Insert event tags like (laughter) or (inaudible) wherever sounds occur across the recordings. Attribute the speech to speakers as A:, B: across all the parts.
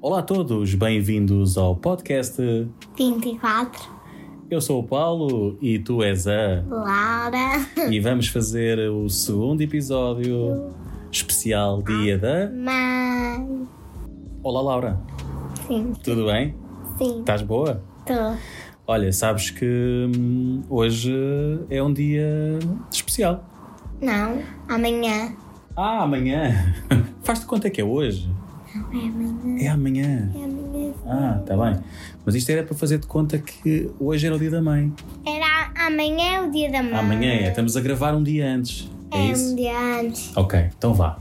A: Olá a todos, bem-vindos ao podcast.
B: 24.
A: Eu sou o Paulo e tu és a.
B: Laura.
A: E vamos fazer o segundo episódio especial Dia da.
B: Mãe.
A: Olá, Laura.
B: Sim,
A: Tudo bem?
B: sim.
A: Estás boa?
B: Tô.
A: Olha, sabes que hum, hoje é um dia especial.
B: Não. Amanhã.
A: Ah, amanhã! (laughs) Faz-te conta que é hoje?
B: Não é amanhã.
A: É amanhã.
B: É amanhã.
A: Ah, tá bem. Mas isto era para fazer-te conta que hoje era o dia da mãe.
B: Era amanhã é o dia da mãe.
A: Amanhã é. Estamos a gravar um dia antes. É
B: É
A: isso?
B: um dia antes.
A: Ok, então vá.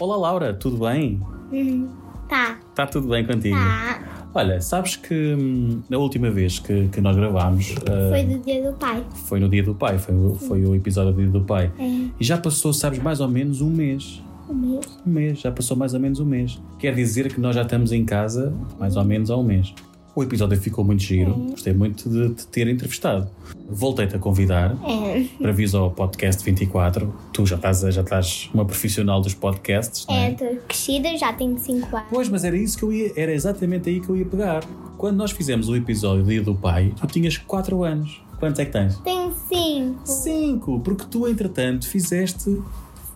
A: Olá Laura, tudo bem?
B: Hum, Tá,
A: Está tudo bem contigo?
B: tá.
A: Olha, sabes que hum, na última vez que, que nós gravámos ah,
B: Foi do dia do pai.
A: foi no dia do pai, foi, o- foi o episódio do dia do pai.
B: É
A: E já passou, sabes, mais ou menos um mês.
B: o mês.
A: Um mês, já passou mais ou menos um mês. Quer dizer que nós já estamos em casa mais ou menos há um mês. O episódio ficou muito giro,
B: É.
A: gostei muito de te ter entrevistado. Voltei-te a convidar
B: É.
A: para vir ao podcast 24. Tu já estás, já estás uma profissional dos podcasts, não
B: É, tô crescida, já tenho 5 anos.
A: Pois, mas era isso que eu ia, era exatamente aí que eu ia pegar. Quando nós fizemos o episódio do Dia do Pai, tu tinhas 4 anos. Quantos é que tens?
B: Tenho 5.
A: 5, porque tu, entretanto, fizeste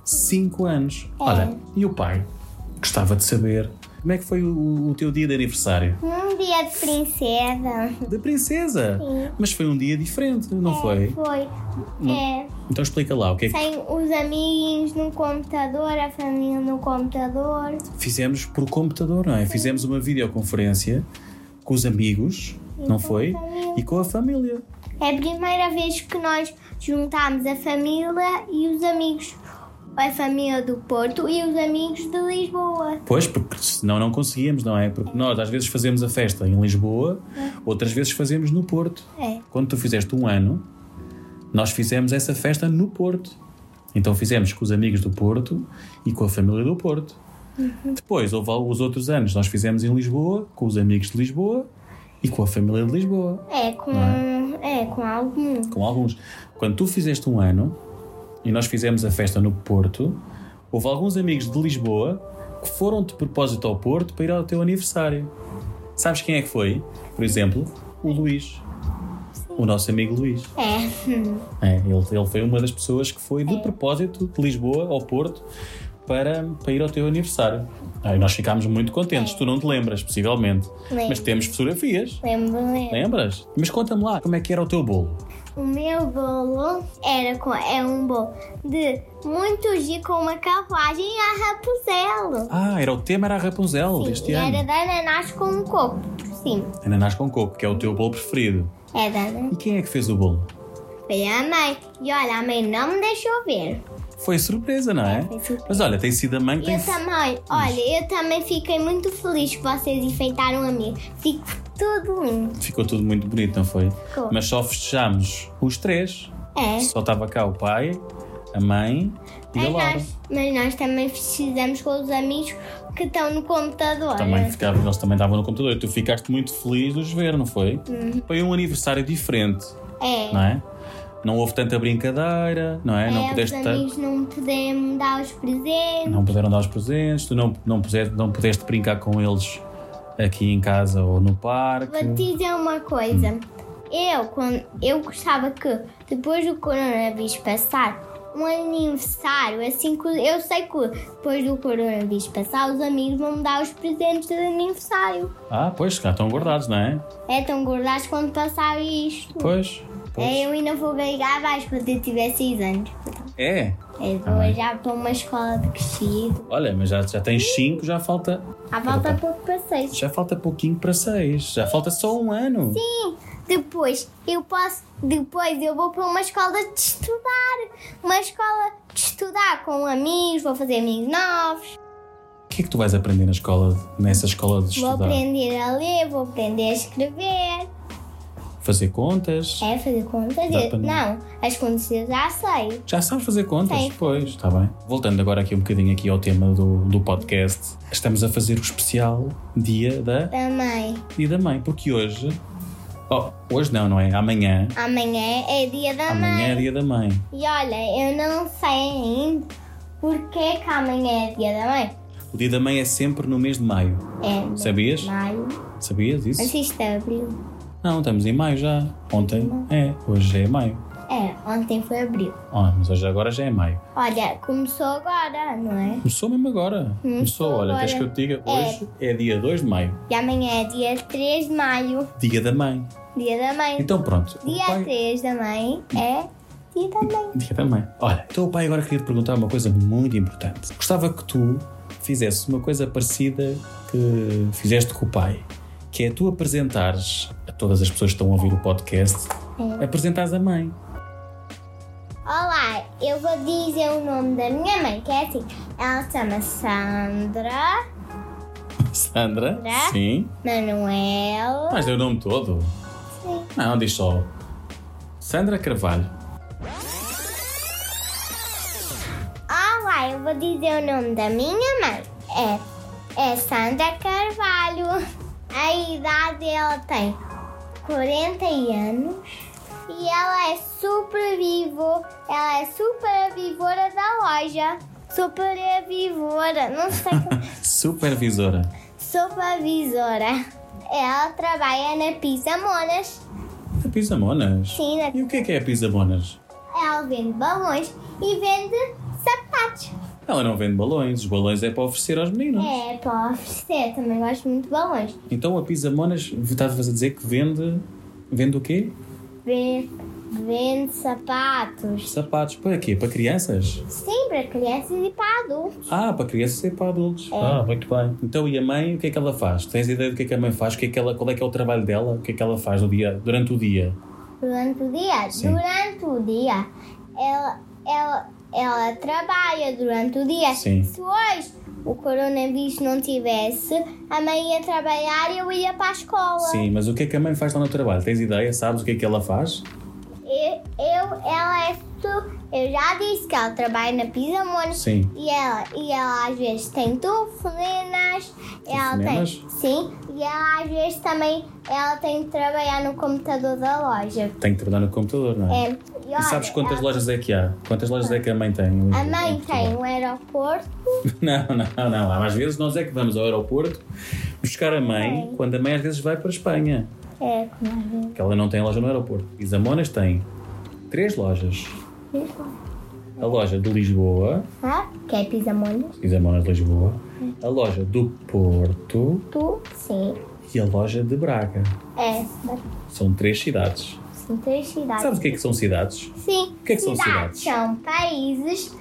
A: 5 anos.
B: É.
A: Olha, e o pai? Gostava de saber como é que foi o, o teu dia de
B: (laughs)
A: aniversário?
B: Um dia de princesa.
A: Da princesa!
B: Sim.
A: Mas foi um dia diferente, não foi?
B: Foi. É.
A: Então explica lá o que é que
B: Tem os amiguinhos no computador, a família no computador.
A: fizemos por computador, não é? Fizemos uma videoconferência com os amigos, não foi?
B: família.
A: E com a família.
B: É a primeira vez que nós juntámos a família e os amigos. A família do Porto e os amigos de Lisboa.
A: Pois, porque senão não conseguíamos, não é? Porque nós às vezes fazemos a festa em Lisboa, outras vezes fazemos no Porto.
B: É.
A: Quando tu fizeste um ano, nós fizemos essa festa no Porto. Então fizemos com os amigos do Porto e com a família do Porto. Depois houve alguns outros anos, nós fizemos em Lisboa, com os amigos de Lisboa e com a família de Lisboa.
B: É com. É com algum.
A: com alguns. Quando tu fizeste um ano e nós fizemos a festa no Porto, houve alguns amigos de Lisboa que foram de propósito ao Porto para ir ao teu aniversário. Sabes quem é que foi? Por exemplo, o Luís. O nosso amigo Luís.
B: É.
A: É, ele, ele foi uma das pessoas que foi de propósito de Lisboa ao Porto para, para ir ao teu aniversário. Ah, e nós ficámos muito contentes. Tu não te lembras, possivelmente.
B: Lembro.
A: Mas temos fotografias.
B: Lembro-me.
A: Lembras? Mas conta-me lá, como é que era o teu bolo?
B: O meu bolo era com, é um bolo de muito giz com uma carruagem a Rapunzel.
A: Ah, era o tema era a Rapunzel deste
B: e
A: ano.
B: era de ananás com um coco. Sim,
A: Ananás com coco, que é o teu bolo preferido.
B: é de ananás.
A: E quem é que fez o bolo?
B: Foi a mãe. E olha, a mãe não me deixou ver.
A: Foi surpresa, não é?
B: foi surpresa.
A: Mas olha, tem sido a mãe que
B: Eu
A: tem.
B: também, olha, eu também fiquei muito feliz que vocês enfeitaram a minha. Fico tudo lindo.
A: Ficou tudo muito bonito, não foi?
B: Ficou.
A: Mas só festejámos os três.
B: É.
A: Só estava cá o pai, a mãe e a
B: Mas
A: Laura.
B: nós, mas nós também precisamos com os amigos que estão no computador.
A: Também ficava, nós também estávamos no computador. Tu ficaste muito feliz de os ver, não foi? Foi um aniversário diferente,
B: Hum. É.
A: não é? Não houve tanta brincadeira, não é? não
B: É,
A: pudeste
B: os
A: tanto.
B: amigos não puderam dar os presentes.
A: não puderam dar os presentes, tu não, não, puseste, não pudeste brincar com eles aqui em casa ou no parque.
B: Vou te dizer uma coisa. Eu, quando, eu gostava que depois do coronavírus passar, um aniversário, assim que eu sei que depois do coronavírus passar, os amigos vão me dar os presentes de aniversário.
A: Ah, pois, cá estão guardados, não é?
B: É tão gordados quando passar isto.
A: Pois. pois.
B: É, Eu ainda vou ganhar mais quando eu tiver 6 anos.
A: É.
B: É, vou já para uma escola de crescido.
A: Olha, mas já, já tens 5, já falta,
B: À volta pouco para 6.
A: já falta pouquinho para 6. Já falta só um ano.
B: Sim, depois eu posso. Depois eu vou para uma escola de estudar. Uma escola de estudar com amigos, vou fazer amigos novos,
A: O que é que tu vais aprender na escola, nessa escola de
B: vou
A: estudar?
B: aprender a ler, vou aprender a escrever.
A: Fazer contas?
B: É fazer contas.
A: Dá
B: Eu-
A: para mim.
B: não, as contas eu já sei.
A: Já sabes fazer contas?
B: Sei.
A: Pois, está bem. Voltando agora aqui um bocadinho aqui ao tema do, do podcast, estamos a fazer o especial Dia da
B: Também.
A: e da mãe, porque hoje. Oh, hoje não, não é? Amanhã.
B: Amanhã é dia da
A: Amanhã
B: mãe.
A: é dia da mãe.
B: E olha, eu não sei ainda Porque é que amanhã é dia da mãe?
A: O dia da mãe é sempre no mês de maio.
B: É.
A: Sabias?
B: Maio.
A: Sabias isso?
B: Mas isto é abril.
A: Não, estamos em maio já. Ontem é, hoje é maio.
B: É, ontem foi abril.
A: Ah, mas hoje agora já é maio.
B: Olha, começou agora, não é?
A: Começou mesmo agora. Começou, olha,
B: agora.
A: queres que eu te diga? Hoje é dia 2 de maio,
B: E amanhã é dia 3 de maio,
A: dia da mãe.
B: dia da mãe.
A: Então pronto. o
B: É. dia
A: pai-
B: 3 da mãe é dia da mãe.
A: Dia da mãe. Olha, então o pai agora queria te perguntar uma coisa muito importante. Gostava que tu fizesse uma coisa parecida que fizeste com o pai, que é tu apresentares a todas as pessoas que estão a ouvir o podcast,
B: É.
A: apresentares a mãe.
B: Olá, eu vou dizer o nome da minha mãe, que é assim. Ela se chama Sandra
A: Sandra?
B: Sandra?
A: Sim.
B: Manuel.
A: Mas deu o nome todo?
B: Sim.
A: Não, diz só. Sandra Carvalho. (laughs)
B: Olá, eu vou dizer o nome da minha mãe. É, é Sandra Carvalho. A idade dela tem 40 anos e ela é super vivo. Ela é supervivora da loja. Supervivora, não sei como. (laughs)
A: Supervisora.
B: supervisora. Ela trabalha na Pizza Monas.
A: A Pisa Monas.
B: Sim, na-
A: E o que é que é a Pisa Monas?
B: ela vende balões e vende sapatos.
A: Ela não vende balões, os balões é para oferecer aos meninos.
B: É, para oferecer, também gosto muito de balões.
A: Então a Pisa Monas, estavas a dizer que vende. Vende o quê?
B: Vende, vende sapatos.
A: Sapatos. Para quê? Para crianças?
B: Sim, para crianças e para adultos.
A: Ah, para crianças e para adultos.
B: É.
A: Ah, muito bem. Então e a mãe, o que é que ela faz? Tens ideia do que é que a mãe faz? O que é que ela, qual é que é o trabalho dela? O que é que ela faz no dia, durante o dia?
B: Durante o dia. Durante o dia, ela, ela, ela trabalha durante o dia.
A: Sim.
B: Se hoje o coronavírus não tivesse, a mãe ia trabalhar e eu ia para a escola.
A: Sim, mas o que é que a mãe faz lá no trabalho? Tens ideia? Sabes o que é que ela faz?
B: Eu, eu- ela é tu. Eu já disse que ela trabalha na Pisa Monas.
A: Sim.
B: E ela, e ela às vezes tem telefonemas, ela tem.
A: Telefonemas?
B: Sim, e ela às vezes também ela tem que trabalhar no computador da loja.
A: Tem que trabalhar no computador, não é?
B: É, olha,
A: E sabes quantas
B: ela-
A: lojas é que há? Quantas lojas é que a mãe tem?
B: A mãe tem um aeroporto,
A: (laughs) Não, não, não. Às vezes nós é que vamos ao aeroporto buscar a mãe,
B: Sim.
A: quando a mãe às vezes vai para a Espanha.
B: é, como
A: Porque ela não tem loja no aeroporto. Isamonas tem três lojas.
B: é que-
A: A loja de Lisboa,
B: Ah, que é Pisamonas,
A: Isamonas de Lisboa, a loja do Porto
B: tu, sim,
A: e a loja de Braga.
B: é,
A: São três cidades.
B: são três cidades.
A: Sabes o que é que são cidades?
B: Sim.
A: que é que são cidades?
B: São países.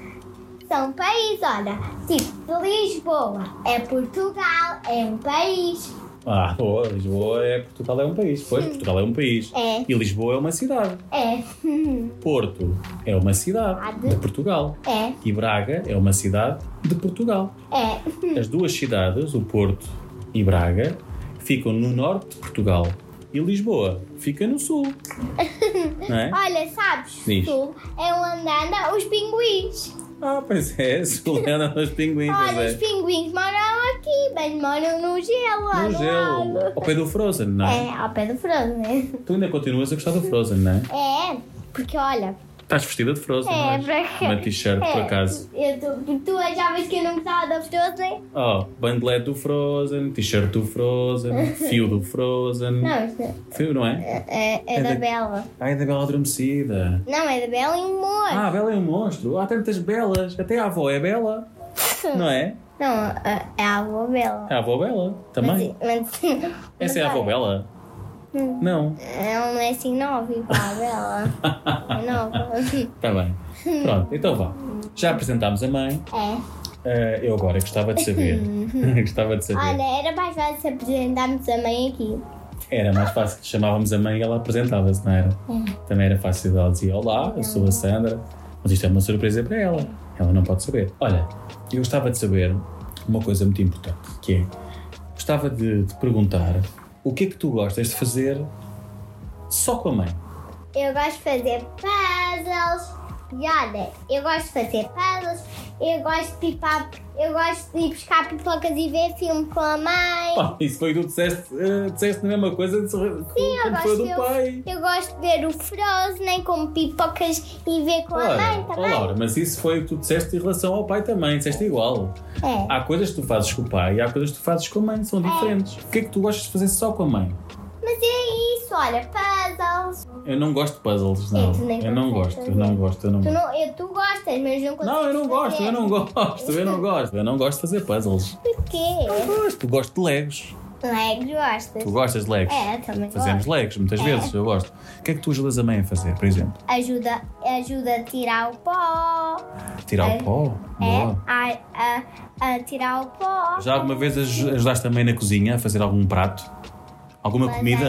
B: São países, olha. Tipo, Lisboa é Portugal, é um país.
A: Ah, boa, Lisboa é Portugal é um país. Pois, Portugal é um país.
B: É.
A: E Lisboa é uma cidade.
B: É.
A: Porto é uma cidade de Portugal.
B: É.
A: E Braga é uma cidade de Portugal.
B: É.
A: As duas cidades, o Porto e Braga, ficam no norte de Portugal e Lisboa fica no sul. Não
B: (laughs)
A: é?
B: Olha, sabes?
A: Diz.
B: Sul é onde andam os pinguins.
A: Ah, pois é, sul é dos pinguins, pois
B: Olha, os
A: é.
B: pinguins moram aqui, mas moram no gelo. lá
A: No gelo,
B: lago.
A: ao pé do Frozen, não é?
B: É, ao pé do Frozen.
A: Tu ainda continuas a gostar do Frozen, não é?
B: É, porque olha.
A: Estás vestida de Frozen,
B: É,
A: não
B: por acaso.
A: Uma t-shirt, por
B: é,
A: acaso.
B: Eu tô, tu achavas que eu não gostava né? do Frozen?
A: Oh, bandelete do Frozen, t-shirt do
B: (laughs)
A: Frozen, fio do Frozen.
B: Não, isto é-
A: Fio, não é?
B: é, é
A: É
B: da
A: da-
B: Bela.
A: Ai, da Bela Adormecida.
B: Não, é da Bela e Humor.
A: Ah, a Bela é um monstro. Há tantas belas. Até a avó é
B: (laughs)
A: bela, não é?
B: Não, é- é a avó Bela.
A: É a avó Bela, também.
B: Mas, mas-
A: Essa é a avó Bela? Não.
B: Ela não é assim nova igual a Bela.
A: (laughs)
B: É nova.
A: Está Tá bem.
B: Hum.
A: Pronto, então vá. Já apresentámos a mãe.
B: É.
A: Ah, eu agora gostava de saber. (laughs) gostava de saber.
B: Uhum. Olha, era mais fácil se apresentarmos a mãe aqui.
A: Era mais fácil. Chamávamos a mãe e ela apresentava-se, não era?
B: Uhum.
A: Também era fácil. Ela dizia: Olá, eu sou a Sandra. Mas isto é uma surpresa para ela. Ela não pode saber. Olha, eu gostava de saber uma coisa muito importante, que é gostava de te perguntar o que é que tu gostas de fazer só com a mãe?
B: Eu gosto de fazer puzzles, piada. Eu gosto de fazer palas, eu gosto de pipar, eu gosto de ir buscar pipocas e ver filme com a mãe.
A: Pá, isso foi que tu disseste, eh, disseste a mesma coisa de-
B: eu
A: como foi
B: gosto
A: do
B: de-
A: pai.
B: Eu gosto de ver o Frozen com pipocas e ver com a mãe
A: Ora, ó,
B: também.
A: Laura, mas isso foi o que tu disseste em relação ao pai também, disseste igual.
B: É.
A: Há coisas que tu fazes com o pai e há coisas que tu fazes com a mãe, são diferentes. O que é que tu gostas de fazer só com a mãe?
B: Mas é isso, olha, puzzles.
A: Eu não gosto de puzzles,
B: É,
A: não.
B: tu nem
A: Eu não
B: consegues
A: gosto, eu não
B: fazer.
A: gosto, eu não
B: Tu,
A: gosto.
B: não, eu, tu gostas, mas não consegues
A: Não, eu não gosto,
B: fazer.
A: eu não gosto, eu não gosto. Eu não gosto de fazer puzzles.
B: Porquê?
A: Gosto, gosto de legos.
B: Não é que gostas?
A: Tu gostas de legos?
B: É, também
A: Fazemos
B: gosto. É.
A: legos muitas vezes, eu gosto. O que é que tu ajudas a mãe a fazer, por exemplo?
B: Ajuda, ajuda a tirar o pó.
A: Tirar
B: É.
A: o pó?
B: É,
A: Boa.
B: a, a, a tirar o pó.
A: Já alguma vez aj- ajudaste também na cozinha a fazer algum prato? Alguma comida?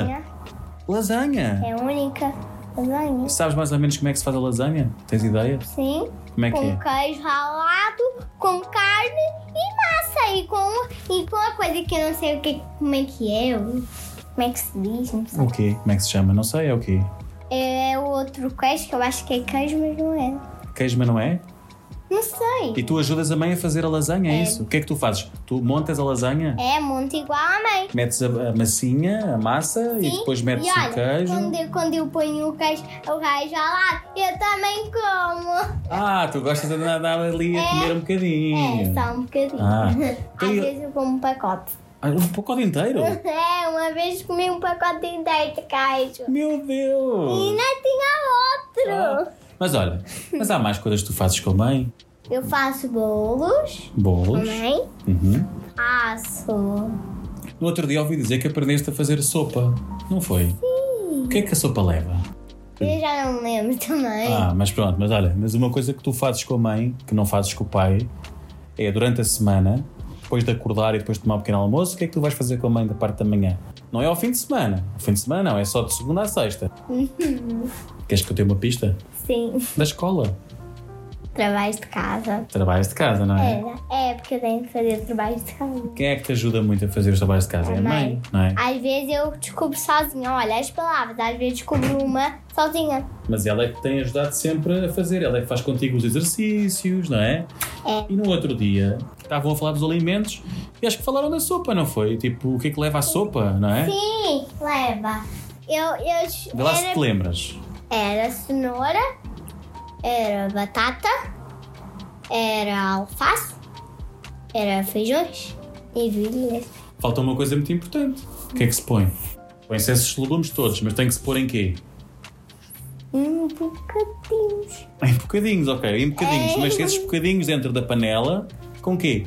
B: Lasanha
A: Lasanha!
B: É única. Lasanha.
A: Sabes mais ou menos como é que se faz a lasanha? Tens ideia?
B: Sim.
A: Como é que
B: com
A: é?
B: queijo ralado, com carne e massa. E com, e com uma coisa que eu não sei o que, como é que é. ou Como é que se diz, não sei.
A: O quê? Como é que se chama? Não sei, é o quê?
B: É o outro queijo que eu acho que é queijo, mas não é.
A: Queijo, mas não é?
B: Não sei.
A: E tu ajudas a mãe a fazer a lasanha, é, isso? O que é que tu fazes? Tu montas a lasanha,
B: É muito igual à mãe.
A: metes a, a massinha, a massa e
B: É. Sim.
A: depois metes
B: E olha,
A: o queijo.
B: Quando eu, quando eu ponho o queijo, o queijo ralado, eu também como.
A: Ah, tu gostas de andar ali a
B: É.
A: comer um
B: É,
A: bocadinho.
B: só um bocadinho. (laughs)
A: Ah.
B: Às
A: Tem-
B: vezes eu como um pacote.
A: Ah, um pacote inteiro?
B: É, uma vez comi um pacote inteiro de queijo.
A: Meu
B: E
A: Deus!
B: ainda tinha outro.
A: Ah, Mas olha, mas há mais coisas que tu fazes com a mãe?
B: Eu faço bolos,
A: Bolos.
B: também.
A: Uhum.
B: Faço.
A: No outro dia ouvi dizer que aprendeste a fazer sopa, não foi? Sim. O que é que a sopa leva?
B: Eu já não me lembro também.
A: Ah, mas pronto, mas olha, mas uma coisa que tu fazes com a mãe, que não fazes com o pai, é durante a semana, depois de acordar e depois de tomar um pequeno almoço, o que é que tu vais fazer com a mãe da parte da manhã? Não é ao fim de semana. O fim de semana não, é só de segunda a sexta. Uhum. Queres que eu tenha uma pista?
B: Sim.
A: Da escola.
B: Trabalhos de casa.
A: Trabalhos de casa, não é?
B: Era. É, porque eu tenho que fazer trabalhos de casa.
A: Quem é que te ajuda muito a fazer os trabalhos de casa? É a mãe, não é?
B: Às vezes eu descubro sozinha, olha as palavras, às vezes descubro uma sozinha.
A: Mas ela é que tem ajudado sempre a fazer, ela é que faz contigo os exercícios, não é?
B: É.
A: E no outro dia estavam a falar dos alimentos e acho que falaram da sopa, não foi? Tipo, o que é que leva à sopa, não é?
B: Sim, leva. Eu, eu
A: Vê lá se
B: era-
A: te lembras.
B: Era cenoura, era batata, era alface, era feijões, ervilhas,
A: Falta uma coisa muito importante. O que é que se põe? Põe-se esses legumes todos, mas tem que se pôr em quê?
B: um bocadinhos.
A: Em bocadinhos, ok, em bocadinhos.
B: É.
A: Mas esses bocadinhos dentro da panela, com quê?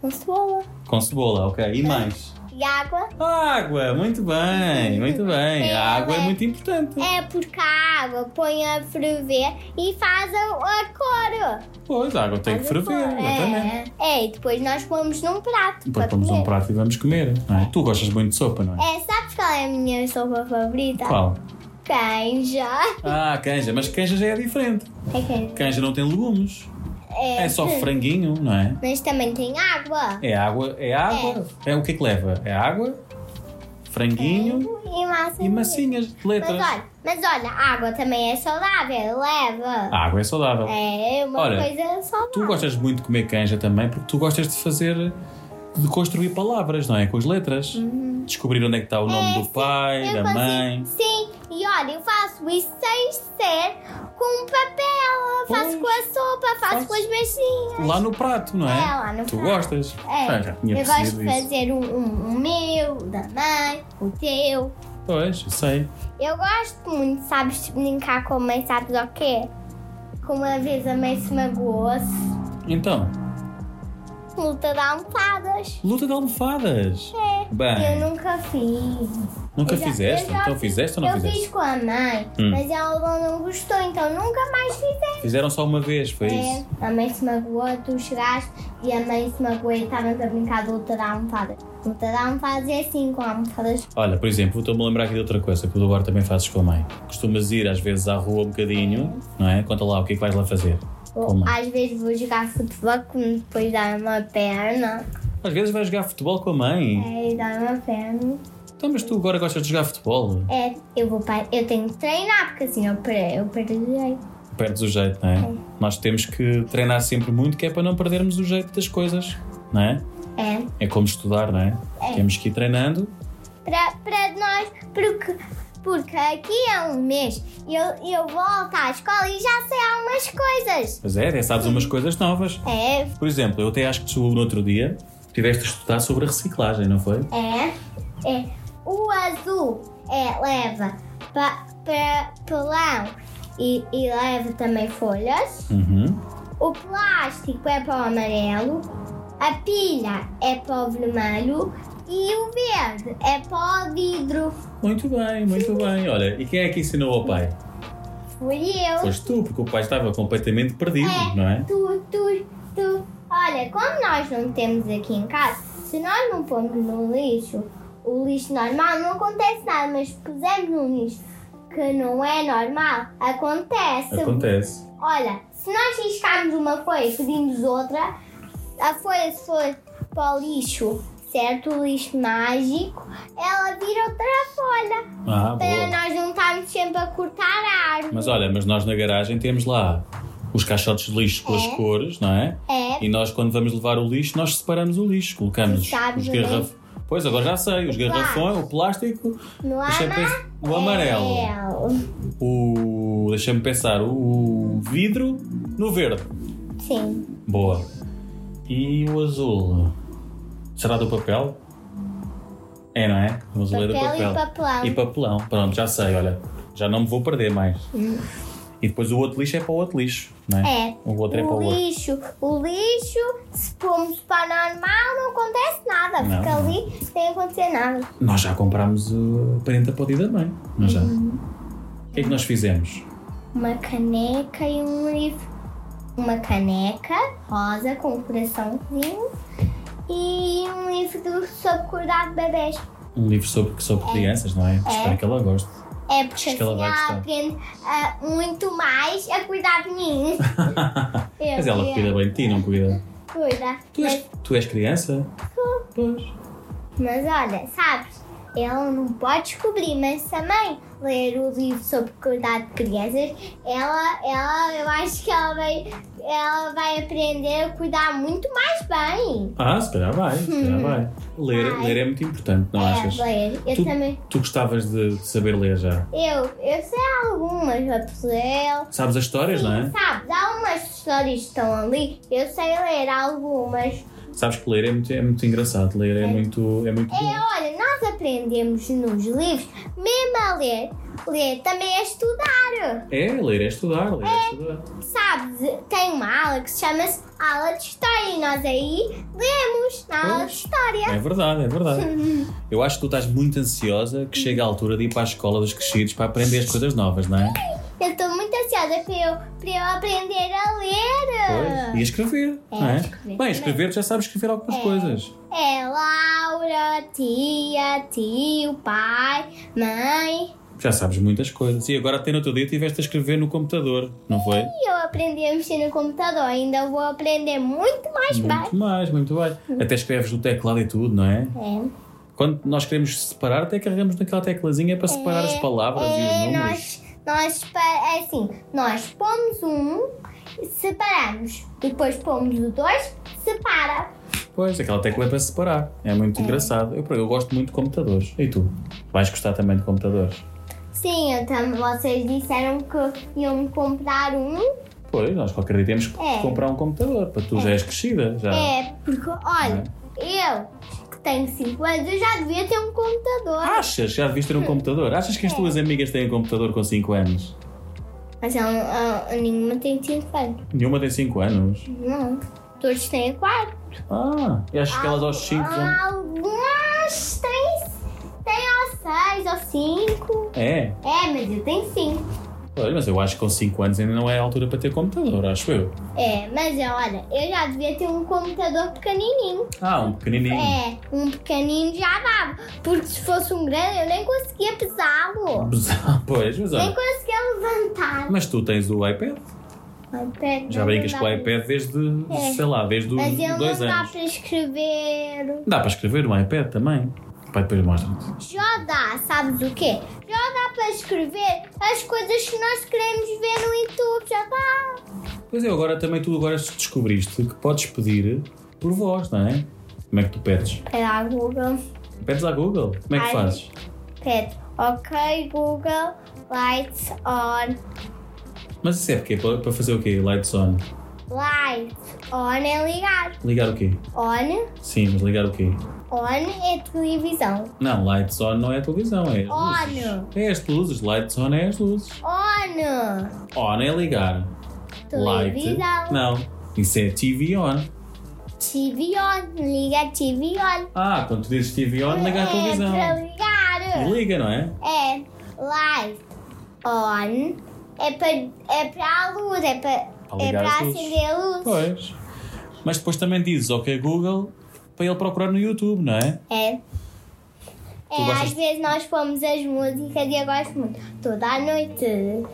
B: Com cebola
A: Com cebola, ok. E mais?
B: e água.
A: Água, muito bem, muito bem. A água é
B: Ela é-
A: muito importante.
B: É porque a água põe a ferver e faz a, a cor.
A: Pois, a água tem que
B: Faz a cor.
A: ferver, exatamente.
B: É, é, e depois nós pomos num prato.
A: Depois
B: para
A: pomos um
B: comer.
A: prato e vamos comer. não é? Tu gostas muito de sopa, não é?
B: É, sabes qual é a minha sopa favorita?
A: Qual?
B: Canja.
A: Ah, canja, mas canja já é diferente.
B: É canja.
A: Canja não tem legumes. É, só franguinho, não é?
B: Mas também tem água.
A: É água, é água. É, o que é que leva? É água, franguinho
B: E massa.
A: e massinhas de
B: É. Mas
A: letras.
B: olha, mas olha, a água também é saudável, leva.
A: A água é saudável.
B: É uma
A: Olha,
B: coisa saudável.
A: Tu gostas muito de comer canja também porque tu gostas de fazer. de construir palavras, não é? Com as letras. Descobrir onde é que está o nome do pai,
B: Uhum. Eu
A: da
B: consigo-
A: mãe.
B: assim, Sim, e olha, eu faço isso sem ser com papel. Eu faço
A: Pois.
B: com a sopa, faço
A: Fazes.
B: com as massinhas.
A: Lá no prato, não é?
B: É, lá no
A: tu
B: prato.
A: gostas? Ah, já tinha
B: É, eu gosto
A: percebido
B: de
A: isso.
B: fazer um, um- um meu, o da mãe, o teu.
A: Pois, eu sei.
B: Eu gosto muito, sabes, de brincar com a mãe, sabes o quê? Com uma vez a mãe se magoou-se.
A: Então,
B: Luta de almofadas.
A: luta de almofadas.
B: É,
A: Bem,
B: eu nunca fiz.
A: nunca
B: Eu já-
A: fizeste?
B: eu já
A: Então
B: fiz-
A: fizeste ou não
B: eu
A: fizeste?
B: fiz com a mãe,
A: Hum.
B: mas ela não gostou, então nunca mais fizemos.
A: Fizeram só uma vez,
B: É.
A: foi isso?
B: A mãe se magoou, tu chegaste e a mãe se magoou e estávamos a brincar de luta da almofada. Luta da almofada é assim, com almofadas.
A: Olha, por exemplo, estou-me a lembrar aqui de outra coisa que tu agora também fazes com a mãe. Costumas ir às vezes à rua um bocadinho, não é? Conta lá o que é que vais lá fazer com a
B: Ou,
A: mãe.
B: Às vezes vou jogar futebol, como depois dar uma perna.
A: Às vezes vais jogar futebol com a mãe.
B: É, dar uma perna.
A: Então, mas tu agora gostas de jogar futebol?
B: É, eu vou para. Eu tenho que treinar, porque assim eu, per- eu perderei.
A: perdes o jeito, não é? Nós temos que treinar sempre muito, que é para não perdermos o jeito das coisas, não é?
B: É.
A: É como estudar, não é? Temos que ir treinando.
B: Para, para nós, porque, porque aqui é um mês e eu, eu volto à escola e já sei algumas coisas.
A: Mas é, é sabes umas coisas novas.
B: É,
A: Por exemplo, eu até acho que tu no outro dia tiveste a estudar sobre a reciclagem, não foi?
B: É, é. O azul é, leva pa, pra- pelão e, e leva também folhas.
A: Uhum.
B: O plástico é para o amarelo. A pilha é para o vermelho. E o verde é para o vidro.
A: Muito bem, muito bem. Olha, e quem é que ensinou ao pai?
B: Fui eu.
A: Foste tu, porque o pai estava completamente perdido, não é?
B: Tu, tu, tu. Olha, como nós não temos aqui em casa, se nós não pomos no lixo, o lixo normal não acontece nada, mas se pusermos num lixo que não é normal, acontece.
A: Acontece.
B: Olha, se nós riscarmos uma folha e pedimos outra, a folha se for para o lixo, certo? O lixo mágico, ela vira outra folha.
A: Ah,
B: Para
A: boa.
B: nós não estarmos sempre a cortar a árvore.
A: Mas olha, mas nós na garagem temos lá os caixotes de lixo com as
B: É.
A: cores, não é?
B: É.
A: E nós, quando vamos levar o lixo, nós separamos o lixo, colocamos
B: Tu sabes
A: os
B: né? o lixo?
A: garrafões. Pois, agora já sei, os garrafões, o plástico,
B: No
A: deixa-me
B: amarelo.
A: pensar- o
B: É.
A: amarelo, o. Deixa-me pensar, o vidro no verde.
B: Sim.
A: Boa. E o azul? Será do papel? É, não é? O azul é do
B: Papel e
A: papel.
B: papelão.
A: E papelão. Pronto, já sei, olha. Já não me vou perder mais. E depois o outro lixo é para o outro lixo, não Hum. é?
B: É.
A: O outro é para o
B: o
A: outro.
B: lixo, o lixo, se pomos para normal, não acontece nada.
A: Não,
B: Fica
A: não.
B: ali sem acontecer nada.
A: Nós já comprámos o parente da podida da mãe, não já? O que é que nós fizemos?
B: Uma caneca e um livro. Uma caneca rosa com um coraçãozinho e um livro do- sobre cuidar de bebês.
A: Um livro sobre, sobre crianças, não é? Espero que ela goste.
B: É porque
A: Acho que ela
B: assim
A: vai
B: ela
A: gostar.
B: aprende ah, muito mais a cuidar de mim.
A: (laughs)
B: Eu
A: Mas ela
B: que-
A: cuida bem de ti, não cuida?
B: Cuida.
A: Tu és, tu és criança? Pois.
B: Mas olha, sabes? Ela não pode descobrir, mas também ler o livro sobre cuidar de crianças, ela, ela, eu acho que ela vai, ela vai aprender a cuidar muito mais bem.
A: Ah, se calhar vai, se calhar
B: (laughs)
A: vai. Ler,
B: Vai.
A: ler é muito importante, não achas?
B: É, ler. Eu
A: Tu,
B: também.
A: tu gostavas de, de saber ler já.
B: Eu, eu sei algumas, Rapunzel.
A: Sabes as histórias, não é?
B: Sabes, algumas histórias que estão ali, eu sei ler algumas.
A: Sabes que ler é muito, é muito engraçado, ler é, muito, é muito bom.
B: É, olha, nós aprendemos nos livros, mesmo a ler, ler também a estudar.
A: É, ler é estudar, ler é estudar.
B: Sabes, tem uma aula que se chama aula de história e nós aí lemos na aula de
A: Pois.
B: história.
A: É verdade, é
B: (laughs)
A: verdade. Eu acho que tu estás muito ansiosa que chegue a altura de ir para a escola dos crescidos para aprender as coisas novas, não é?
B: Eu estou muito ansiosa para eu, para eu aprender a ler.
A: Pois. E a escrever,
B: É,
A: não é?
B: escrever
A: Bem, escrever, tu já sabes escrever algumas coisas.
B: É Laura, tia, tio, pai, mãe.
A: Já sabes muitas coisas. E agora até no outro dia estiveste a escrever no computador, não foi?
B: E eu aprendi a mexer no computador, ainda vou aprender muito mais bem.
A: Muito mais, muito bem. Até escreves no teclado e tudo, não é?
B: É,
A: Quando nós queremos separar, até carregamos naquela teclazinha para separar as palavras e
B: é
A: os números.
B: nós, nós, pa- é assim, nós pomos um, separamos, depois pomos o dois, separa.
A: Pois, aquela tecla é para separar. É muito engraçado. Eu, eu gosto muito de computadores. E tu? Vais gostar também de computadores?
B: Sim, eu também. Vocês disseram que iam comprar um.
A: Pois, nós qualquer dia temos que
B: É.
A: comprar um computador. Para tu já és crescida. Já.
B: É, porque, olha, eu que tenho 5 anos, eu já devia ter um computador.
A: Achas? Já devias ter um computador? Achas
B: É.
A: que as tuas amigas têm um computador com 5 anos?
B: Mas eu, eu- eu nenhuma tem 5 anos.
A: Nenhuma tem 5 anos.
B: Não. Todos têm 4.
A: Ah, e achas que elas aos 5
B: ah.
A: vão...
B: Algumas têm, têm aos 6 ou 5.
A: É.
B: É, mas eu tenho 5.
A: Olha, mas eu acho que com 5 anos ainda não é a altura para ter computador, acho eu.
B: É, mas eu, olha, eu já devia ter um computador pequenininho.
A: Ah, um pequenininho.
B: É, um pequenininho já dava. Porque se fosse um grande, eu nem conseguia pisá-lo.
A: (laughs) Pois, mas
B: Nem
A: olha.
B: conseguia levantar.
A: Mas tu tens o iPad?
B: iPad,
A: Já
B: não
A: brincas
B: dá
A: com o
B: pra-
A: iPad desde, sei lá, desde os
B: Mas ele
A: dois
B: não dá
A: anos.
B: para escrever. um
A: um Dá para escrever no iPad também. Pai, depois mostra-te.
B: Já dá, sabes o quê? Já dá para escrever as coisas que nós queremos ver no YouTube, já está.
A: Pois é, agora também tu agora descobriste que podes pedir por voz, não é? Como é que tu pedes?
B: Espera lá, Google.
A: Pedes à Google? Como é que
B: Ai.
A: fazes?
B: Pede, ok, Google, lights on.
A: Mas isso é porque para para fazer o quê? Lights on.
B: Lights on é ligar.
A: Ligar o quê?
B: On,
A: Sim, mas ligar o quê?
B: on é televisão.
A: Não, lights on não é a televisão, é as luzes.
B: On,
A: É as luzes, lights on é as luzes.
B: on,
A: On é ligar. Light.
B: televisão.
A: Não, isso é TV on.
B: TV on, liga TV on.
A: Ah, quando tu dizes TV on, liga a televisão.
B: É para ligar.
A: Liga, não é?
B: É light on. É para, é para a luz, é para,
A: Para
B: é
A: ligar
B: para
A: as luzes.
B: acender a luz.
A: Pois. Mas depois também dizes ok Google para ele procurar no YouTube, não é? (laughs)
B: É. É,
A: gostas
B: às
A: de-
B: vezes nós pomos as músicas e eu gosto muito. Toda a noite.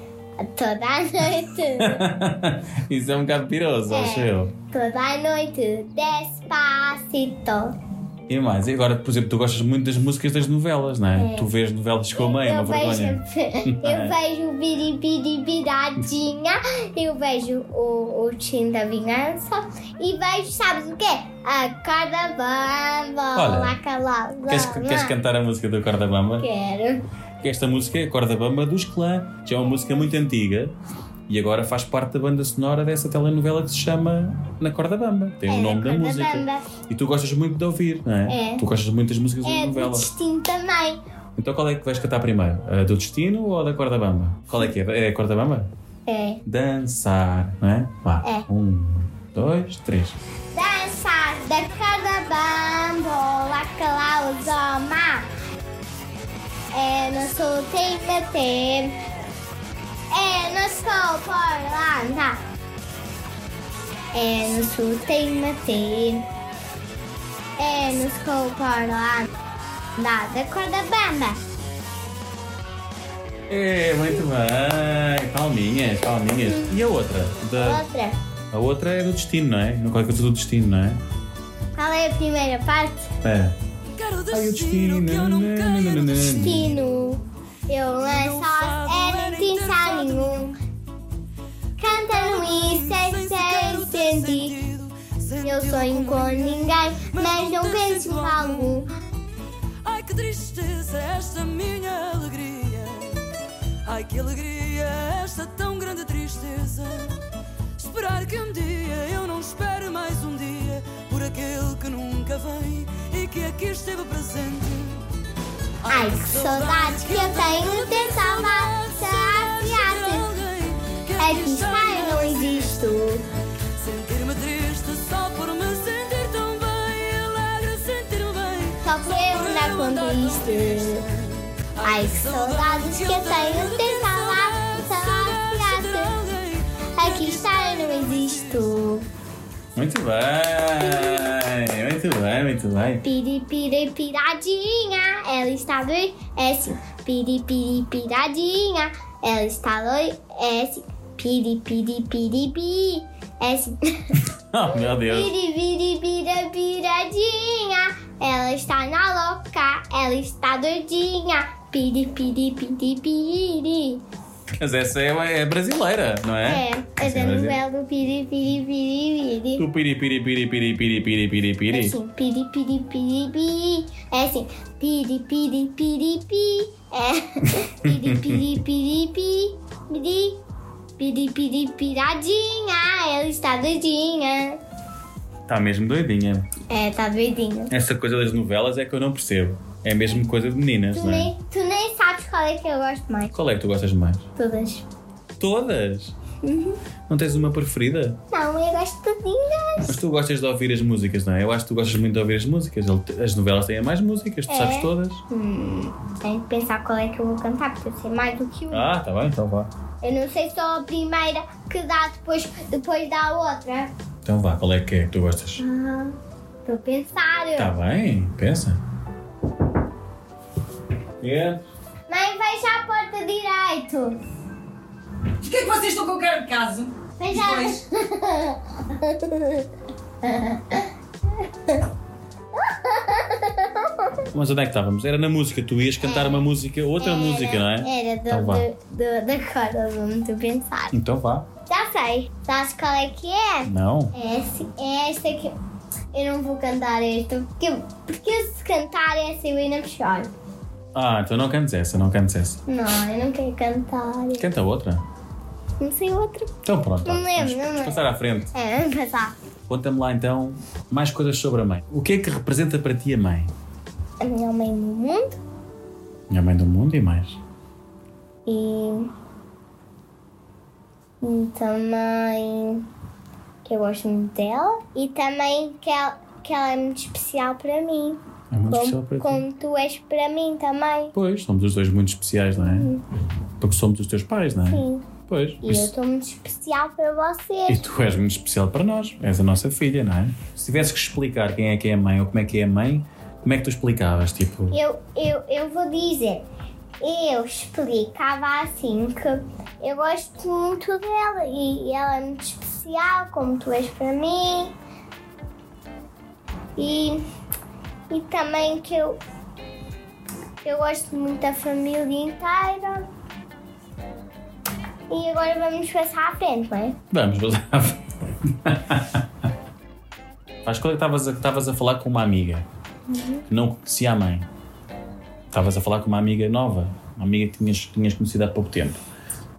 B: Toda a (laughs) noite.
A: Isso é um bocado piroso,
B: É.
A: acho eu.
B: toda a noite. Despacito.
A: E mais, e agora, por exemplo, tu gostas muito das músicas das novelas, não é? Tu vês novelas com a mãe, é uma
B: eu, vejo,
A: vergonha.
B: (laughs)
A: (laughs) É.
B: eu vejo o biribiribiradinha, eu vejo o, o Tim da Vingança e vejo, sabes o quê? A corda bamba,
A: Olha,
B: lá calada.
A: Queres, queres cantar a música do Corda Bamba?
B: Quero.
A: Que esta música é a Corda Bamba dos Clã, que é uma música muito antiga e agora faz parte da banda sonora dessa telenovela que se chama Na Corda Bamba. Tem
B: É,
A: o
B: da
A: nome da
B: corda
A: música.
B: bamba.
A: E tu gostas muito de ouvir, não é?
B: É.
A: Tu gostas muito das músicas das
B: É do
A: novelas.
B: destino também.
A: Então qual é que vais cantar primeiro? A do Destino ou a da Corda Bamba? Qual é que é? É a Corda Bamba?
B: É.
A: Dançar, não é? Vá.
B: É.
A: Um, dois, três.
B: Dançar da cada bambo, lá que lá os homens. É, não sou TNT. É, não sou Porlanda. É, não sou TNT. É, não sou Porlanda. Da corda bamba.
A: É, muito bem. Palminhas, palminhas. E a outra? Da-
B: Outra.
A: A outra é do Destino, não é? Não qual é que é do Destino, não é?
B: Qual é a primeira parte?
A: É.
C: Quero
A: Ai, o
C: destino
A: Destino.
C: que eu não quero destino.
B: destino. Eu lanço é não pensar nenhum. Cantam isso é
C: Sem sequer
B: sem
C: ter
B: sentir.
C: sentido.
B: Eu
C: Sentiu
B: sonho com ninguém, mas não penso em algum.
C: Ai que tristeza é esta minha alegria. Ai que alegria é esta tão grande tristeza. Esperar que um dia eu não espere mais um dia por aquele que nunca vem e que aqui esteve presente.
B: Ai, que saudades que eu tenho de ter salvado. Se afiasse, aqui É está eu não existo.
C: Sentir-me triste só por me sentir tão bem, alegre sentir-me bem.
B: Só por eu andar com triste. Ai, que saudades que eu tenho de ter salvado. Se afiasse, aqui está eu não existo.
A: Muito bem. Muito bem, muito bem.
B: Piri, piri, piradinha, ela está doida, é assim. Piri, piri, piradinha, ela está doida, é assim. Piri, piri, piri, pi, é assim. (laughs)
A: Oh, meu Deus.
B: Piri, piri, pira, piradinha, ela está na louca, ela está doidinha. Piri, piri, piri, piri.
A: Mas essa é, é brasileira, não é?
B: É,
A: Essa
B: é a
A: brasileira.
B: novela do piri, piri, piri, piri.
A: O piri piri piri piri piri piri piri
B: É
A: piri.
B: assim, piri, piri, piri, pi. É assim, piri, piri, piri, pi. É, (laughs) piri, piri, piri, pi. Piri, piri, piri, piradinha. Ela está doidinha.
A: Está Tá mesmo doidinha.
B: É, tá doidinha.
A: Essa coisa das novelas é que eu não percebo. É mesmo coisa de meninas,
B: Tu
A: não é?
B: nem, tu nem sabes qual é que eu gosto mais.
A: Qual é que tu gostas mais?
B: Todas.
A: Todas?
B: Uhum.
A: Não tens uma preferida?
B: Não, eu gosto de todas.
A: Mas tu gostas de ouvir as músicas, não é? Eu acho que tu gostas muito de ouvir as músicas. Ele- As novelas têm mais músicas, tu
B: É.
A: sabes todas.
B: Tenho Hum, que pensar qual é que eu vou cantar, porque eu sei mais do que uma.
A: Ah, tá bem, então vá.
B: Eu não sei só a primeira que dá depois, depois da outra.
A: Então vá, qual é que é que tu gostas?
B: Estou a pensar.
A: Tá bem, pensa. É.
B: Mãe, fecha a porta direito.
D: O que é que vocês estão com cara de caso?
B: Fecha a
D: Pois.
B: (laughs)
A: Mas onde é que estávamos? Era na música, tu ias cantar uma música, outra
B: Era-
A: música, não é?
B: Era do,
A: Então vá.
B: do, do, da corda do muito pensar.
A: Então vá.
B: Já sei. Sabes qual é que é?
A: Não.
B: É, esse- é esta que. Eu não vou cantar esta, porque, porque se cantar essa eu ainda me choro.
A: Ah, então não cantes essa, não cantes essa.
B: Não, eu não quero cantar.
A: Canta outra.
B: Não sei outra.
A: Então pronto.
B: Não me lembro,
A: vamos-
B: não me
A: vamos
B: lembro.
A: passar à frente.
B: É, vamos passar.
A: Conta-me lá então mais coisas sobre a mãe. O que é que representa para ti a mãe?
B: A minha mãe do mundo
A: A mãe do mundo e mais.
B: e. e também. que eu gosto muito dela. E também que ela, que ela é muito especial para mim.
A: É muito especial
B: Como,
A: para ti.
B: como tu és para mim também.
A: Pois, somos os dois muito especiais, não é? Porque somos os teus pais, não é?
B: Sim.
A: Pois.
B: E eu estou muito especial para
A: E
B: vocês.
A: tu és muito especial para nós, és a nossa filha, não é? Se tivesse que explicar quem é que é a mãe ou como é que é a mãe, como é que tu explicavas? Tipo,
B: Eu, eu, eu vou dizer, eu explicava assim que eu gosto muito dela e ela é muito especial, como tu és para mim. E, e também que eu, eu gosto muito da família inteira. E agora vamos passar à frente, não é?
A: vamos, vou dar. Faz quando é que estavas a, estavas a falar com uma amiga que não conhecia a mãe. Estavas a falar com uma amiga nova, uma amiga que tinhas, tinhas conhecido há pouco tempo.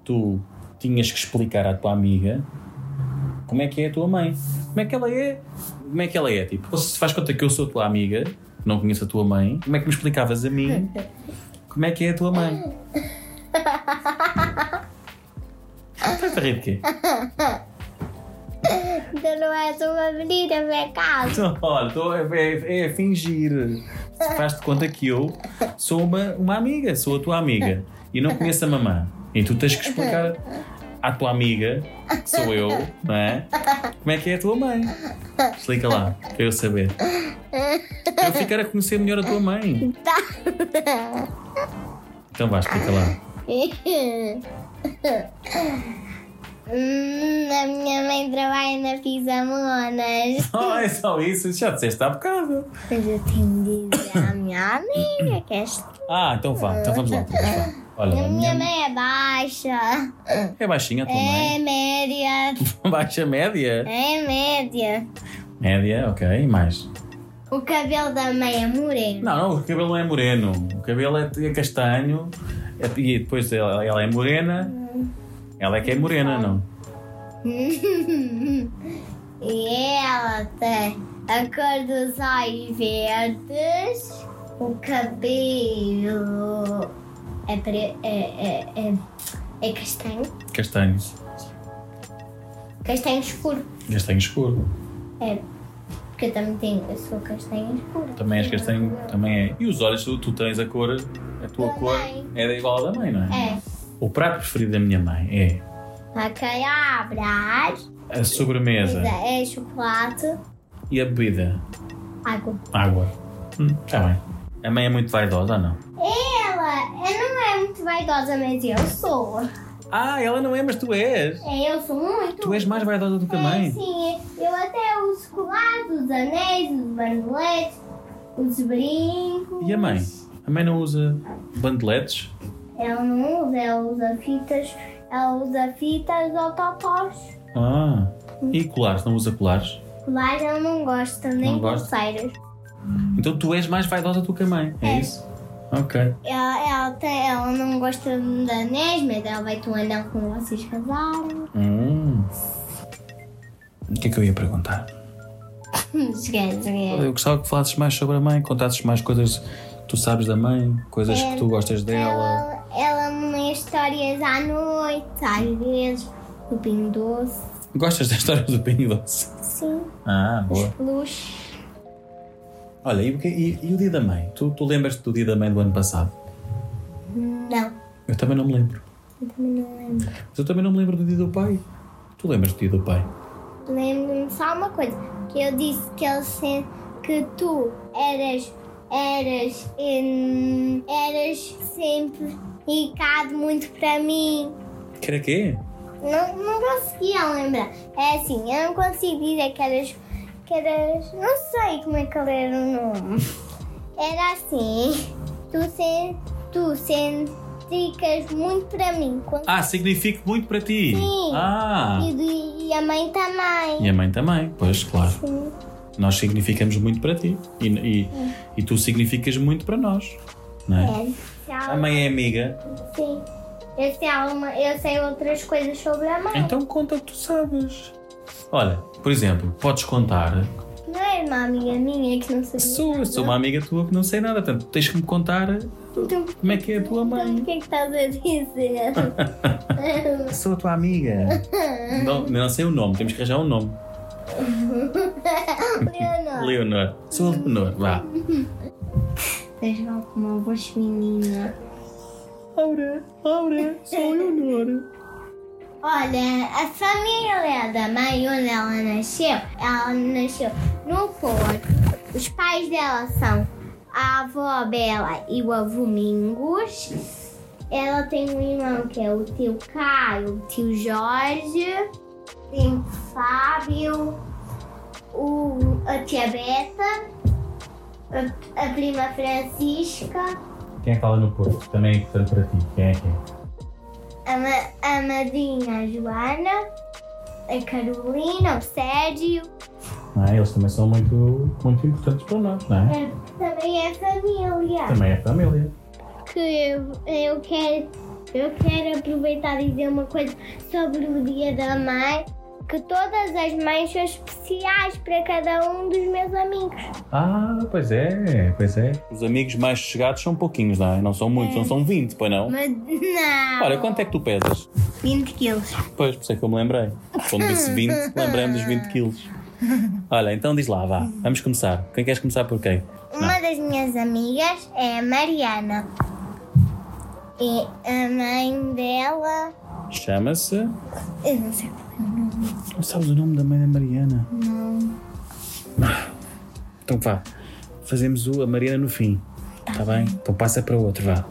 A: Tu tinhas que explicar à tua amiga como é que é a tua mãe. Como é que ela é? Como é que ela é? Tipo, se faz conta que eu sou a tua amiga, não conheço a tua mãe, como é que me explicavas a mim como é que é a tua mãe? Estás a rir de quê?
B: Então não és uma menina, vem cá.
A: Não, Olha, tô, é, é- é fingir.
B: É.
A: Faz-te conta que eu sou uma, uma amiga, sou a tua
B: É.
A: amiga e não conheço a mamã. E tu tens que explicar à tua amiga, que sou eu, não é? Como é que é a tua mãe? Explica lá, para eu saber. Para eu ficar a conhecer melhor a tua mãe.
B: Tá.
A: Então vá, explica lá.
B: Hum, A minha mãe trabalha na Pisa Monas.
A: Não é só isso, já disseste há bocado.
B: Mas eu tenho de dizer à minha amiga que esta.
A: Ah, então vá, então vamos lá. vamos lá. Olha,
B: A
A: a
B: minha
A: minha mãe
B: mãe é baixa,
A: é baixinha a tua
B: é
A: mãe. é
B: média,
A: Baixa média.
B: é média.
A: Média, ok, e mais?
B: O cabelo da mãe é moreno.
A: Não, não, o cabelo não é moreno. O cabelo é, é castanho é- e depois ela, ela é morena. Ela é que é morena, não?
B: (laughs) E ela tem a cor dos olhos verdes, o cabelo é, pre- é, é, é, é castanho.
A: Castanho.
B: Castanho escuro.
A: Castanho escuro.
B: É. Porque eu também tenho. Eu sou castanho escuro.
A: Também és castanho, também é. E os olhos, tu, tu tens a cor, a tua
B: Da
A: cor
B: mãe.
A: é da igual à da mãe, não é?
B: É.
A: O prato preferido da minha mãe
B: Bacalhau,
A: é a sobremesa
B: é chocolate,
A: e a bebida.
B: água.
A: Água. Hum, tá bem. A mãe é muito vaidosa ou não?
B: Ela, ela não é muito vaidosa, mas eu sou.
A: Ah, ela não é, mas tu és.
B: É, eu sou muito.
A: Tu és mais vaidosa do que a
B: É,
A: mãe.
B: sim, eu até uso colares, os anéis, os bandeletes, os brincos.
A: E a mãe? A mãe não usa bandeletes?
B: Ela não usa, ela usa fitas, ela usa fitas ou totós.
A: Ah, e colares? Não usa colares?
B: Colares ela não gosta, nem
A: Não gosta?
B: pulseiras.
A: Então tu és mais vaidosa do que a mãe, é,
B: É.
A: isso? Ok.
B: Ela, ela, tem- ela não gosta de anéis, mas ela vai ter um anel com vocês casaram.
A: Hum. O que é que eu ia perguntar?
B: (laughs) Esquece, é.
A: Eu gostava que falasses mais sobre a mãe, contasses mais coisas que tu sabes da mãe, coisas
B: É.
A: que tu gostas dela.
B: Ela, ela me lê histórias à noite, às vezes, o pinho doce,
A: Gostas da história do Pinho Doce?
B: sim,
A: Ah,
B: os
A: boa.
B: peluches.
A: Olha, e o, que- e- e o dia da mãe? Tu, tu lembras-te do dia da mãe do ano passado?
B: Não,
A: Eu também não me lembro.
B: eu também não lembro.
A: Mas eu também não me lembro do dia do pai. Tu lembras do dia do pai?
B: Lembro-me só uma coisa, que eu disse que ele se- que tu eras, eras, hum, eras sempre indicado muito para mim.
A: Que era quê?
B: Não, não conseguia lembrar. É assim, eu não consigo dizer que eras. Que eras não sei como é que ele era o nome. Era assim. Tu, sen tu senticas muito para mim. Quando...
A: Ah, significa muito para ti.
B: Sim.
A: Ah.
B: E, do- e a mãe também.
A: E a mãe também, pois, claro.
B: Sim.
A: Nós significamos muito para ti. E, e, e tu significas muito para nós. Não é?
B: É. Se há-
A: A mãe é amiga.
B: Sim. Eu sei, há uma- eu sei outras coisas sobre a mãe.
A: Então conta o que tu sabes. Olha, por exemplo, podes contar.
B: Não é uma amiga minha que não sabia.
A: Sou, eu sou uma amiga tua que não sei nada, portanto, tens que me contar
B: Então,
A: como é que é a tua
B: então,
A: mãe.
B: o que é que estás a dizer? (laughs)
A: Sou a tua amiga. Não, não sei o nome, temos que arranjar um nome.
B: Leonor.
A: Leonor. Sou a Leonor, vá.
B: Estás mal com uma voz menina.
A: Laura, Laura, sou a Leonor.
B: Olha, a família da mãe, onde ela nasceu, ela nasceu no Porto. Os pais dela são a avó Bela e o avô Mingos. Ela tem um irmão que é o tio Caio, o tio Jorge, tem o Fábio, o, a tia Beta, a, a prima Francisca,
A: Quem é que fala no Porto? Também é importante para ti. Quem é que é?
B: a, ma- a madrinha Joana, a Carolina, o Sérgio.
A: Não é? Eles também são muito, muito importantes para nós, não é?
B: Também é família.
A: Também é família.
B: Que eu, eu quero eu quero aproveitar e dizer uma coisa sobre o dia da mãe. Que todas as mães são especiais para cada um dos meus amigos.
A: Ah, pois é, pois é. Os amigos mais chegados são pouquinhos, não é? Não são muitos, não são 20, pois não?
B: Mas não.
A: Ora, quanto é que tu pesas?
B: 20 quilos.
A: Pois, por isso é que eu me lembrei. Quando disse (laughs) 20, lembrei-me dos 20 quilos. Olha, então diz lá, vá. Vamos começar. Quem queres começar por quem?
B: Uma das minhas amigas é a Mariana. E a mãe dela.
A: Chama-se.
B: Eu não sei.
A: Não sabes o nome da mãe da Mariana? Não. Então vá. Fazemos o a Mariana no fim. Está bem? Então passa para outro, vá.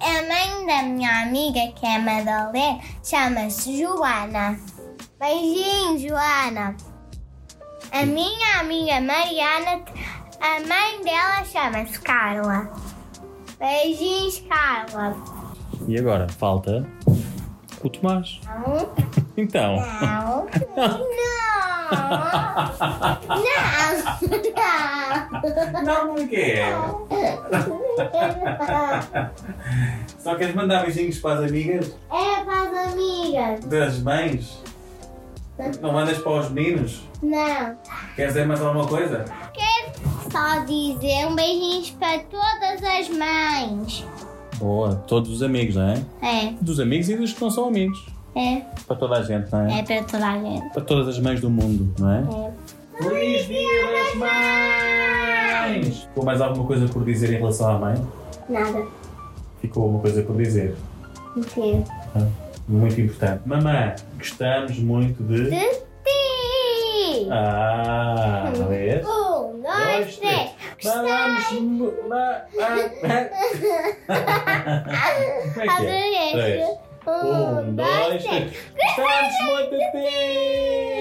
B: É A mãe da minha amiga, que é a Madalena, chama-se Joana. Beijinho, Joana. A minha amiga Mariana, a mãe dela chama-se Carla. Beijinhos, Carla.
A: E agora? Falta. O Tomás.
B: Não,
A: Então.
B: não, (laughs) não, não,
A: (laughs) Não, como é que é?
B: não. (laughs)
A: Só queres mandar beijinhos para as amigas
B: É para as amigas.
A: das mães? Não mandas para os meninos?
B: Não.
A: Queres dizer mais alguma coisa?
B: Quero só dizer um beijinho para todas as mães.
A: Boa, todos os amigos, não é?
B: É,
A: Dos amigos e dos que não são amigos.
B: é,
A: Para toda a gente, não é?
B: é para toda a gente.
A: Para todas as mães do mundo, não é?
B: É.
A: Feliz Dia das Mães! Ficou mais alguma coisa por dizer em relação à mãe?
B: Nada.
A: Ficou uma coisa por dizer.
B: O quê?
A: Muito importante. Mamãe, gostamos muito de.
B: De ti!
A: Ah, vês?
B: Um, dois, três.
A: Vamos. mu-
B: (laughs)
A: ma- ah, Como é que é? Um,
B: Adorei. Um,
A: Três. Um, dois, três. Gostamos muito de ti!